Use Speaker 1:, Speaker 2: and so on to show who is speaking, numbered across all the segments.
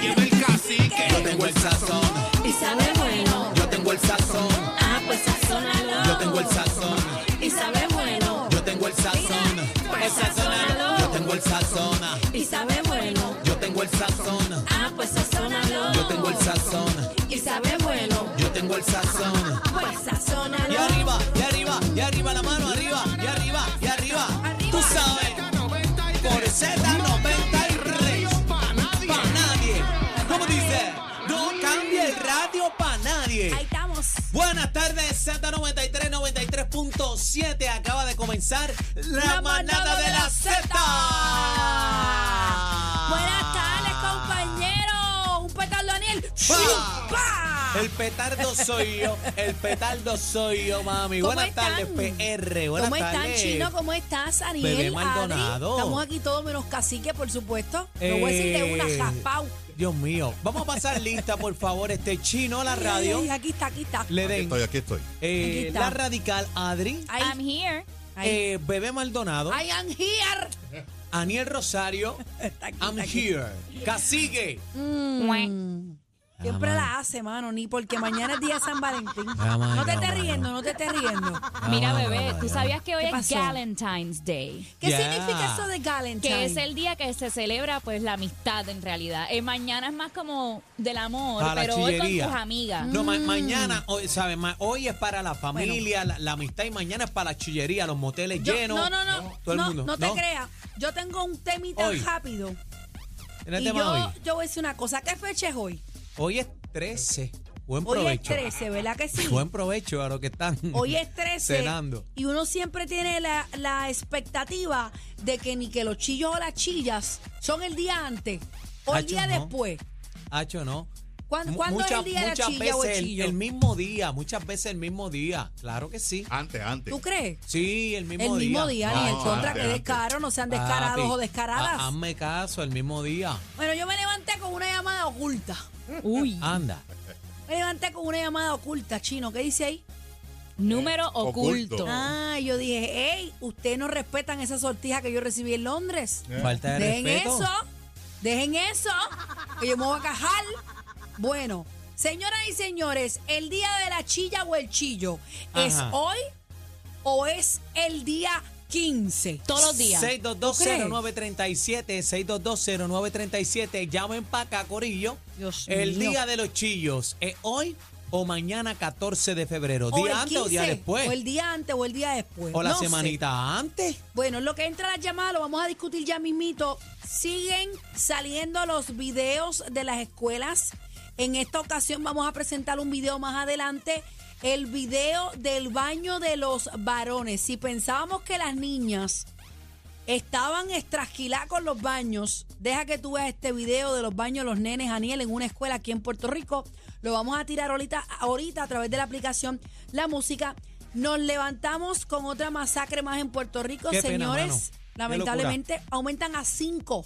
Speaker 1: Yo
Speaker 2: Ah, pues bueno.
Speaker 1: tengo el sazón.
Speaker 2: Ah, pues sazónalo.
Speaker 1: Yo tengo el sazón.
Speaker 2: Y sabe bueno.
Speaker 1: Yo tengo el sazón.
Speaker 2: Pues sazónalo.
Speaker 1: Y arriba, y arriba, y arriba la mano, arriba, y arriba, y arriba.
Speaker 2: Arriba.
Speaker 1: Tú sabes, por Z90 y Reyes.
Speaker 3: Pa' nadie.
Speaker 1: Pa' nadie. ¿Cómo dice? No cambie el radio pa' nadie.
Speaker 2: Ahí estamos.
Speaker 1: Buenas tardes, Z93, 93.7. Acaba de comenzar la,
Speaker 2: La
Speaker 1: manada,
Speaker 2: manada
Speaker 1: de
Speaker 2: de
Speaker 1: la
Speaker 2: la
Speaker 1: Z. Ah.
Speaker 2: Buenas tardes, compañero. Un petardo, Daniel. ¡Pa!
Speaker 1: El petardo soy yo, el petardo soy yo, mami.
Speaker 2: ¿Cómo
Speaker 1: Buenas
Speaker 2: están?
Speaker 1: tardes, PR. Buenas
Speaker 2: ¿Cómo están,
Speaker 1: tardes.
Speaker 2: Chino? ¿Cómo estás, Ariel?
Speaker 1: Bebé
Speaker 2: Adri?
Speaker 1: Maldonado.
Speaker 2: Estamos aquí todos menos cacique, por supuesto. Lo voy a decir de una
Speaker 1: Eh,
Speaker 2: jaspau.
Speaker 1: Dios mío. Vamos a pasar lista, por favor. Este chino, la radio.
Speaker 2: Ay, aquí está, aquí está.
Speaker 1: Le
Speaker 3: Aquí
Speaker 1: den
Speaker 3: estoy, aquí estoy.
Speaker 1: eh,
Speaker 2: Aquí está.
Speaker 1: la radical Adri.
Speaker 2: Ahí,
Speaker 4: I'm here.
Speaker 2: ahí.
Speaker 1: eh, Bebé Maldonado.
Speaker 2: I am here.
Speaker 1: Aniel Rosario.
Speaker 2: Está aquí,
Speaker 1: I'm
Speaker 2: está aquí.
Speaker 1: here. Cacique.
Speaker 2: Mm. Siempre
Speaker 1: Ah,
Speaker 2: la hace, mano, ni porque mañana es día de San Valentín.
Speaker 1: Ah, mano,
Speaker 2: no te estés
Speaker 1: mano.
Speaker 2: riendo, no te estés riendo.
Speaker 1: Ah,
Speaker 4: Mira, bebé, tú sabías que hoy
Speaker 2: ¿Qué
Speaker 4: es
Speaker 2: pasó?
Speaker 4: Galentine's Day,
Speaker 2: ¿Qué
Speaker 1: Ya.
Speaker 2: significa eso de Galentine?
Speaker 4: que es el día que se celebra pues la amistad en realidad. Eh, mañana es más como del amor,
Speaker 1: Para la
Speaker 4: pero hoy con
Speaker 1: chillería.
Speaker 4: tus amigas.
Speaker 1: No,
Speaker 2: Mm.
Speaker 1: ma- mañana, hoy, ¿sabes? Ma- hoy es para la familia, la, la amistad y mañana es para la chillería, los moteles
Speaker 2: Yo-
Speaker 1: llenos.
Speaker 2: no, no, no,
Speaker 1: Todo el
Speaker 2: no,
Speaker 1: mundo.
Speaker 2: no te creas. Yo tengo un temita
Speaker 1: Hoy.
Speaker 2: rápido.
Speaker 1: En el
Speaker 2: y
Speaker 1: tema
Speaker 2: yo,
Speaker 1: hoy.
Speaker 2: yo voy a decir una cosa. ¿Qué fecha es hoy?
Speaker 1: Hoy es 13. Buen
Speaker 2: Hoy es
Speaker 1: provecho.
Speaker 2: 13, ¿verdad que sí?
Speaker 1: Buen provecho a los que están
Speaker 2: Hoy es 13
Speaker 1: cenando.
Speaker 2: y uno siempre tiene la, la expectativa de que ni que los chillos o las chillas son el día antes o el
Speaker 1: Hacho,
Speaker 2: día
Speaker 1: no.
Speaker 2: después.
Speaker 1: Hacho, ¿no?
Speaker 2: ¿Cuándo-
Speaker 1: Mu-
Speaker 2: cuándo es el
Speaker 1: muchas-
Speaker 2: día de la
Speaker 1: muchas
Speaker 2: chilla o el
Speaker 1: veces
Speaker 2: chillo?
Speaker 1: El mismo día, muchas veces el mismo día. Claro que sí.
Speaker 3: Antes, antes.
Speaker 2: ¿Tú crees?
Speaker 1: Sí, el mismo
Speaker 2: el
Speaker 1: día.
Speaker 2: mismo día, ni
Speaker 3: Ah,
Speaker 2: el contra, que
Speaker 3: antes, antes.
Speaker 2: descaro, no sean descarados
Speaker 1: Papi,
Speaker 2: o descaradas.
Speaker 1: ha- Hazme caso, el mismo día.
Speaker 2: Bueno, yo me levanté con una llamada oculta.
Speaker 4: Uy,
Speaker 1: Anda.
Speaker 2: Me levanté con una llamada oculta, chino. ¿Qué dice ahí?
Speaker 4: número
Speaker 1: eh,
Speaker 3: oculto.
Speaker 4: oculto.
Speaker 1: Oh.
Speaker 2: Ah, yo dije, hey, ustedes no respetan esa sortija que yo recibí en Londres.
Speaker 1: Falta de
Speaker 2: Dejen
Speaker 1: respeto.
Speaker 2: eso, dejen eso, que yo me voy a cajar. Bueno, señoras y señores, el día de la chilla o el chillo, ¿es
Speaker 1: Ajá.
Speaker 2: hoy o es el día 15?
Speaker 4: Todos los días.
Speaker 1: 6220937, 6220937, llamen para acá, Corillo.
Speaker 2: Dios
Speaker 1: el
Speaker 2: mío.
Speaker 1: día de los chillos, ¿es hoy o mañana 14 de febrero?
Speaker 2: O el
Speaker 1: ¿Día antes o día
Speaker 2: 15,
Speaker 1: después?
Speaker 2: O el día antes o el día después.
Speaker 1: ¿O la
Speaker 2: no sé.
Speaker 1: semanita antes?
Speaker 2: Bueno, en lo que entra la llamada lo vamos a discutir ya mismito. Siguen saliendo los videos de las escuelas. En esta ocasión vamos a presentar un video más adelante. El video del baño de los varones. Si pensábamos que las niñas estaban estrasquiladas con los baños, deja que tú veas este video de los baños de los nenes, Aniel, en una escuela aquí en Puerto Rico. Lo vamos a tirar ahorita, ahorita a través de la aplicación La Música. Nos levantamos con otra masacre más en Puerto Rico,
Speaker 1: Qué pena,
Speaker 2: señores.
Speaker 1: mano. Qué
Speaker 2: lamentablemente aumentan a cinco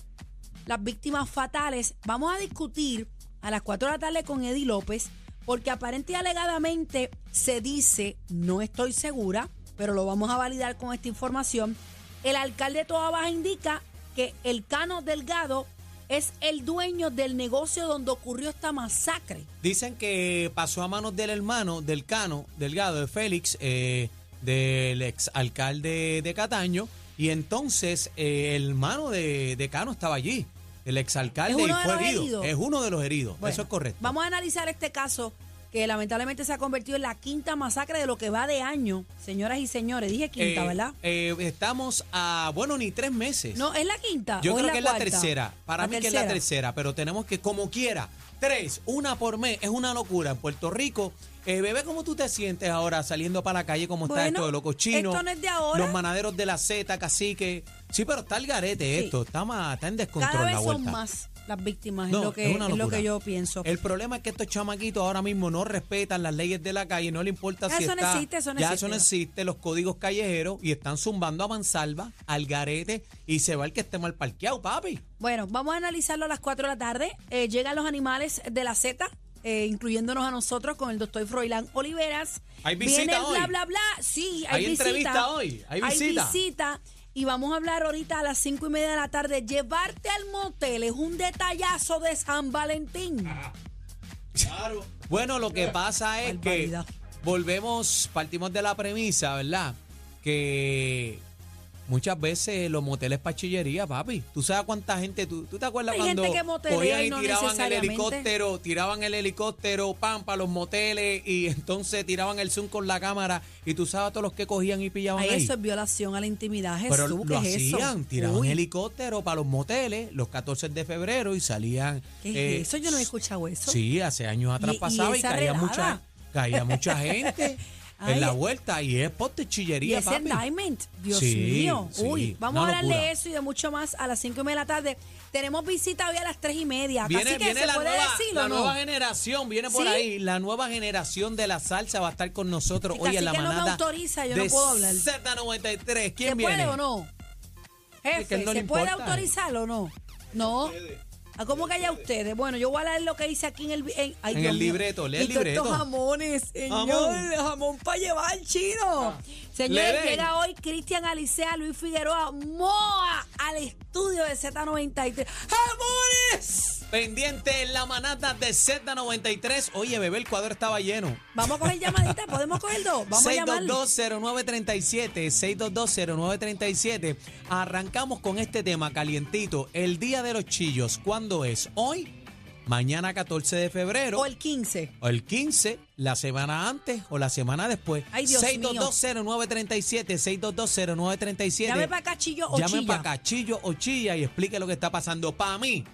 Speaker 2: las víctimas fatales. Vamos a discutir a las 4 de la tarde con Eddie López, porque aparente y alegadamente se dice, no estoy segura, pero lo vamos a validar con esta información. El alcalde de Toa Baja indica que el Cano Delgado es el dueño del negocio donde ocurrió esta masacre.
Speaker 1: Dicen que pasó a manos del hermano del Cano, Delgado, de Félix, eh, del ex alcalde de Cataño. Y entonces eh, el hermano de, de Cano estaba allí, el ex alcalde,
Speaker 2: Es
Speaker 1: y
Speaker 2: uno de
Speaker 1: fue
Speaker 2: los
Speaker 1: herido.
Speaker 2: heridos.
Speaker 1: Es uno de los heridos,
Speaker 2: Bueno,
Speaker 1: eso es correcto.
Speaker 2: Vamos a analizar este caso que lamentablemente se ha convertido en la quinta masacre de lo que va de año, señoras y señores. Dije quinta,
Speaker 1: Eh,
Speaker 2: ¿verdad?
Speaker 1: eh, estamos a, bueno, ni tres meses.
Speaker 2: No, es la quinta.
Speaker 1: Yo
Speaker 2: o
Speaker 1: creo que es la
Speaker 2: cuarta?
Speaker 1: tercera. Para
Speaker 2: La
Speaker 1: mí que es la tercera, pero tenemos que, como quiera, tres, una por mes, es una locura. En Puerto Rico, eh, bebé, ¿cómo tú te sientes ahora saliendo para la calle? ¿Cómo está
Speaker 2: Bueno,
Speaker 1: esto de los cochinos?
Speaker 2: esto no es de ahora.
Speaker 1: Los manaderos de la Z, cacique. Sí, pero está el garete
Speaker 2: Sí.
Speaker 1: esto. Está, más, está en descontrol
Speaker 2: Cada
Speaker 1: la
Speaker 2: vez
Speaker 1: vuelta.
Speaker 2: son más las víctimas,
Speaker 1: No,
Speaker 2: es, lo que,
Speaker 1: una
Speaker 2: es lo
Speaker 1: locura.
Speaker 2: que yo pienso.
Speaker 1: El problema es que estos chamaquitos ahora mismo no respetan las leyes de la calle, no le importa
Speaker 2: Ya
Speaker 1: si
Speaker 2: eso no
Speaker 1: está,
Speaker 2: existe, eso no
Speaker 1: ya
Speaker 2: existe.
Speaker 1: eso no existe, los códigos callejeros y están zumbando a mansalva, al garete y se va el que esté mal parqueado, papi.
Speaker 2: Bueno, vamos a analizarlo a las 4 de la tarde. Eh, llegan los animales de la Z, eh, incluyéndonos a nosotros con el doctor Froilán Oliveras.
Speaker 1: ¿Hay visita
Speaker 2: Viene el bla,
Speaker 1: hoy?
Speaker 2: bla, bla. Sí, hay,
Speaker 1: ¿Hay
Speaker 2: visita.
Speaker 1: entrevista hoy? ¿Hay visita?
Speaker 2: visita. Y vamos a hablar ahorita a las 5 y media de la tarde. Llevarte al motel es un detallazo de San Valentín.
Speaker 1: Ah, Bueno, lo que pasa es que
Speaker 2: Barbaridad.
Speaker 1: volvemos, partimos de la premisa, ¿verdad? Que Muchas veces los moteles pachillería, papi. ¿Tú sabes cuánta gente? ¿Tú, tú te acuerdas
Speaker 2: Hay
Speaker 1: cuando
Speaker 2: gente que motelea
Speaker 1: cogían
Speaker 2: y no
Speaker 1: tiraban el
Speaker 2: necesariamente.
Speaker 1: helicóptero, tiraban el helicóptero, pam, para los moteles y entonces tiraban el zoom con la cámara y tú sabes a todos los que cogían y pillaban
Speaker 2: Ay,
Speaker 1: ahí?
Speaker 2: eso es violación a la intimidad, Jesús.
Speaker 1: Pero lo
Speaker 2: ¿qué es eso?
Speaker 1: hacían, tiraban
Speaker 2: Uy,
Speaker 1: helicóptero para los moteles los 14 de febrero y salían.
Speaker 2: ¿Qué es
Speaker 1: eh,
Speaker 2: eso? Yo no he escuchado eso.
Speaker 1: Sí, hace años atrás
Speaker 2: Y- y
Speaker 1: pasaba y,
Speaker 2: esa
Speaker 1: caía
Speaker 2: redada.
Speaker 1: mucha, caía mucha gente
Speaker 2: Ay,
Speaker 1: en la vuelta y es por
Speaker 2: Y
Speaker 1: chillería,
Speaker 2: ese
Speaker 1: papi.
Speaker 2: indictment, Dios
Speaker 1: Sí,
Speaker 2: mío.
Speaker 1: sí,
Speaker 2: Uy, vamos
Speaker 1: una
Speaker 2: a hablar
Speaker 1: locura.
Speaker 2: de eso y de mucho más a las 5 y media de la tarde. Tenemos visita hoy a las 3 y media.
Speaker 1: Viene,
Speaker 2: Así que
Speaker 1: viene
Speaker 2: se
Speaker 1: la,
Speaker 2: puede
Speaker 1: nueva,
Speaker 2: decir
Speaker 1: la
Speaker 2: o no.
Speaker 1: nueva generación, viene por
Speaker 2: ¿Sí?
Speaker 1: ahí. La nueva generación de la salsa va a estar con nosotros
Speaker 2: Sí,
Speaker 1: hoy en la
Speaker 2: cacique no me
Speaker 1: manada.
Speaker 2: autoriza, yo no
Speaker 1: de
Speaker 2: puedo hablar.
Speaker 1: Z93, ¿quién
Speaker 2: ¿Se
Speaker 1: viene?
Speaker 2: puede o no?
Speaker 1: Es que
Speaker 2: Jefe,
Speaker 1: él no le
Speaker 2: ¿se puede
Speaker 1: importa.
Speaker 2: autorizar o no? No. ¿A cómo calla ustedes? Bueno, yo voy a leer lo que dice aquí en el... En, ay,
Speaker 1: En
Speaker 2: Dios
Speaker 1: el
Speaker 2: mío.
Speaker 1: libreto, lee el
Speaker 2: Y todos
Speaker 1: libreto.
Speaker 2: estos jamones, señor.
Speaker 1: Jamón. Ah.
Speaker 2: Jamón, para llevar, chino.
Speaker 1: Le
Speaker 2: Señores,
Speaker 1: den.
Speaker 2: llega hoy Cristian Alicea, Luis Figueroa, Moa, al estudio de Z93. ¡Jamones!
Speaker 1: Pendiente en la manada de Z93. Oye, bebé, el cuadro estaba lleno.
Speaker 2: Vamos a coger llamadita, ¿podemos coger dos? Vamos a llamar.
Speaker 1: 6220937, 6220937. Arrancamos con este tema calientito. El Día de los Chillos, ¿cuándo es? Hoy, mañana 14 de febrero.
Speaker 2: O el 15.
Speaker 1: o el 15, la semana antes o la semana después.
Speaker 2: Ay, Dios mío.
Speaker 1: 6220937, 6220937.
Speaker 2: Llame para acá, Chillo o
Speaker 1: Llame
Speaker 2: Chilla.
Speaker 1: para Cachillo o Chilla y explique lo que está pasando. Para mí,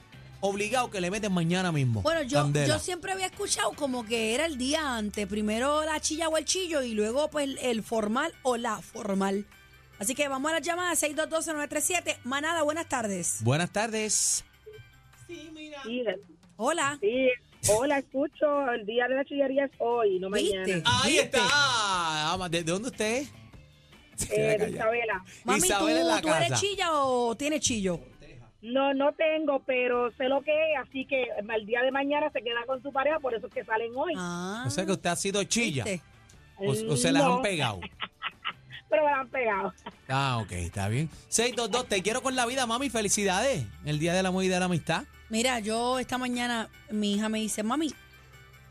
Speaker 1: obligado que le meten mañana mismo.
Speaker 2: Bueno, yo,
Speaker 1: Candela.
Speaker 2: yo siempre había escuchado como que era el día antes, primero la chilla o el chillo y luego pues el- el formal o la formal. Así que vamos a la llamada 622-937. Manada, buenas tardes.
Speaker 1: Buenas tardes.
Speaker 3: Sí,
Speaker 2: Hola.
Speaker 3: sí. Hola, escucho. El día de la chillería es hoy, no mañana.
Speaker 2: ¿Viste?
Speaker 1: Ahí
Speaker 2: ¿Viste?
Speaker 1: está. Ama, ¿De, de dónde usted es? Se queda
Speaker 3: Eh, de
Speaker 1: callada.
Speaker 3: Isabela.
Speaker 2: Mami, ¿tú,
Speaker 1: Isabel en la
Speaker 2: tú eres
Speaker 1: casa.
Speaker 2: chilla o tienes chillo?
Speaker 3: No, no tengo, pero sé lo que es, así que el día de mañana se queda con su pareja, por eso es que salen hoy.
Speaker 2: Ah,
Speaker 1: O sea que usted ha sido chilla.
Speaker 2: ¿viste?
Speaker 1: O, o se las
Speaker 3: No,
Speaker 1: han pegado.
Speaker 3: Pero me la han pegado.
Speaker 1: Ah, ok, está bien. 622, te quiero con la vida, mami. Felicidades. El Día de la Amor y de la Amistad.
Speaker 2: Mira, yo esta mañana mi hija me dice, mami,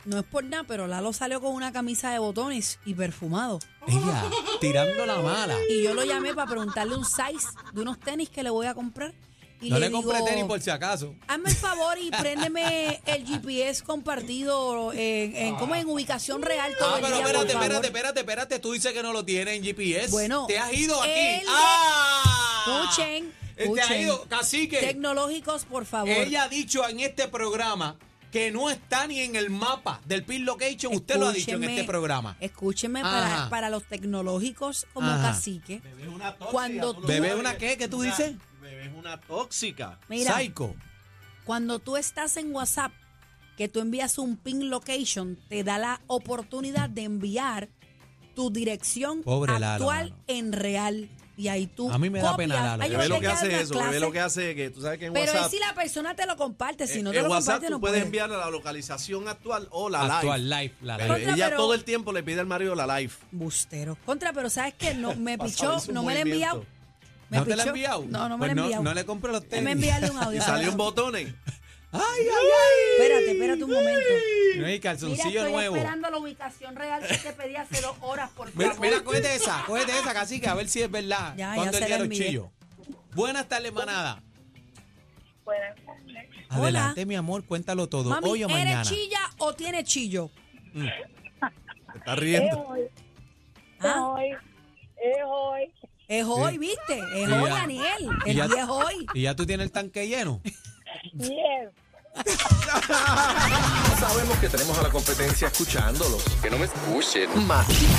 Speaker 2: no es por nada, pero Lalo salió con una camisa de botones y perfumado.
Speaker 1: Ella, tirando la mala.
Speaker 2: Y yo lo llamé para preguntarle un size de unos tenis que le voy a comprar. Y
Speaker 1: No le,
Speaker 2: digo,
Speaker 1: compré tenis por si acaso.
Speaker 2: Hazme el favor y préndeme el GPS compartido en, en- como en ubicación real todo
Speaker 1: Ah,
Speaker 2: el
Speaker 1: pero
Speaker 2: día,
Speaker 1: espérate,
Speaker 2: por favor.
Speaker 1: espérate, espérate, espérate. Tú dices que no lo tiene en GPS.
Speaker 2: Bueno,
Speaker 1: te has ido aquí.
Speaker 2: él-
Speaker 1: ¡Ah!
Speaker 2: Escuchen,
Speaker 1: Te has
Speaker 2: escuchen.
Speaker 1: ido, cacique.
Speaker 2: Tecnológicos, por favor.
Speaker 1: Ella ha dicho en este programa que no está ni en el mapa del Pin Location. Usted lo ha dicho en
Speaker 2: Escúcheme, Eh,
Speaker 1: este programa.
Speaker 2: Escúcheme
Speaker 1: Ajá.
Speaker 2: para, para los tecnológicos como
Speaker 1: Ajá.
Speaker 2: cacique. Cuando tú-
Speaker 1: ¿Bebé una qué? ¿Qué tú dices?
Speaker 5: Bebé es una tóxica.
Speaker 2: Mira,
Speaker 1: Psycho.
Speaker 2: cuando tú estás en WhatsApp, que tú envías un pin location, te da la oportunidad de enviar tu dirección
Speaker 1: Pobre Lalo,
Speaker 2: actual
Speaker 1: mano.
Speaker 2: en real. Y ahí tú.
Speaker 1: A mí me da pena
Speaker 2: copias.
Speaker 1: Lalo.
Speaker 2: Ay, yo
Speaker 5: Bebé
Speaker 2: no te
Speaker 5: lo que
Speaker 2: quiero dar
Speaker 5: hace
Speaker 2: unas
Speaker 5: eso, bebé
Speaker 2: clases.
Speaker 5: lo que hace que tú sabes que en
Speaker 2: Pero es
Speaker 5: WhatsApp.
Speaker 2: si la persona te lo comparte, si
Speaker 5: en-
Speaker 2: no te
Speaker 5: en
Speaker 2: lo
Speaker 5: WhatsApp
Speaker 2: comparte,
Speaker 5: tú
Speaker 2: no
Speaker 5: puedes
Speaker 2: puede.
Speaker 5: enviar la localización actual o la
Speaker 1: Actual
Speaker 5: live.
Speaker 1: live. La
Speaker 5: Pero
Speaker 1: live.
Speaker 2: Contra,
Speaker 5: ella
Speaker 2: pero-
Speaker 5: todo el tiempo le pide al marido la live.
Speaker 2: Bustero. Contra, pero ¿sabes qué? No, me
Speaker 5: Pasaba
Speaker 2: pichó,
Speaker 5: en su
Speaker 2: no me la he
Speaker 5: movimiento.
Speaker 2: enviado. Me
Speaker 1: ¿No te la ha
Speaker 2: pichó.
Speaker 1: enviado?
Speaker 2: No, no me
Speaker 1: Pues
Speaker 2: la he enviado.
Speaker 1: No le compré los
Speaker 2: Déjame
Speaker 1: tenis.
Speaker 2: enviarle un audio.
Speaker 5: Y
Speaker 2: a
Speaker 5: salió
Speaker 2: Lalo.
Speaker 5: un botones.
Speaker 1: Ay, ay, ay.
Speaker 2: Espérate, espérate un momento.
Speaker 1: No hay
Speaker 2: Mira,
Speaker 1: calzoncillo
Speaker 2: estoy
Speaker 1: nuevo.
Speaker 2: esperando la ubicación real que te pedí hace dos horas, por
Speaker 1: Mira,
Speaker 2: favor.
Speaker 1: mira, cógete esa, cógete esa, cacique, a ver si es verdad.
Speaker 2: Ya,
Speaker 1: ¿Cuándo
Speaker 2: ya
Speaker 1: el
Speaker 2: se
Speaker 1: día
Speaker 2: la
Speaker 1: de los
Speaker 2: envié.
Speaker 1: chillos? Buenas tardes, manada.
Speaker 3: Buenas tardes.
Speaker 2: Hola.
Speaker 1: Adelante, mi amor, cuéntalo todo.
Speaker 2: Mami,
Speaker 1: hoy o
Speaker 2: ¿eres
Speaker 1: mañana.
Speaker 2: chilla o tiene chillo?
Speaker 5: Está
Speaker 3: Es
Speaker 5: riendo.
Speaker 3: hoy, es
Speaker 2: Ah,
Speaker 3: hoy, es hoy.
Speaker 2: Es hoy, ¿viste? Es
Speaker 1: Sí,
Speaker 2: hoy,
Speaker 1: ya.
Speaker 2: Daniel.
Speaker 1: Y
Speaker 2: El
Speaker 1: ya-
Speaker 2: día es hoy.
Speaker 1: ¿Y ya tú tienes el tanque lleno?
Speaker 3: Yes.
Speaker 6: Sabemos que tenemos a la competencia escuchándolos.
Speaker 7: Que no me escuchen.
Speaker 6: Matita